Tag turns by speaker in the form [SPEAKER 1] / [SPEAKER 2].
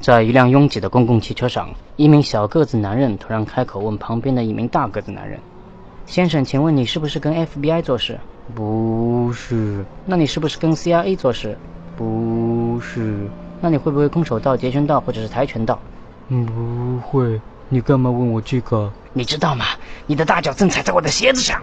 [SPEAKER 1] 在一辆拥挤的公共汽车上，一名小个子男人突然开口问旁边的一名大个子男人：“先生，请问你是不是跟 FBI 做事？”“
[SPEAKER 2] 不是。”“
[SPEAKER 1] 那你是不是跟 CIA 做事？”“
[SPEAKER 2] 不是。”“
[SPEAKER 1] 那你会不会空手道、截拳道或者是跆拳道？”“
[SPEAKER 2] 嗯不会。”“你干嘛问我这个？”“
[SPEAKER 1] 你知道吗？你的大脚正踩在我的鞋子上。”